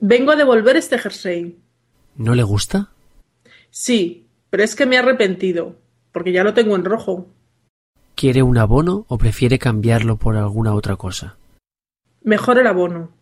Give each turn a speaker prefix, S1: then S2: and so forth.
S1: Vengo a devolver este jersey.
S2: ¿No le gusta?
S1: Sí, pero es que me he arrepentido, porque ya lo tengo en rojo.
S2: ¿Quiere un abono o prefiere cambiarlo por alguna otra cosa?
S1: Mejor el abono.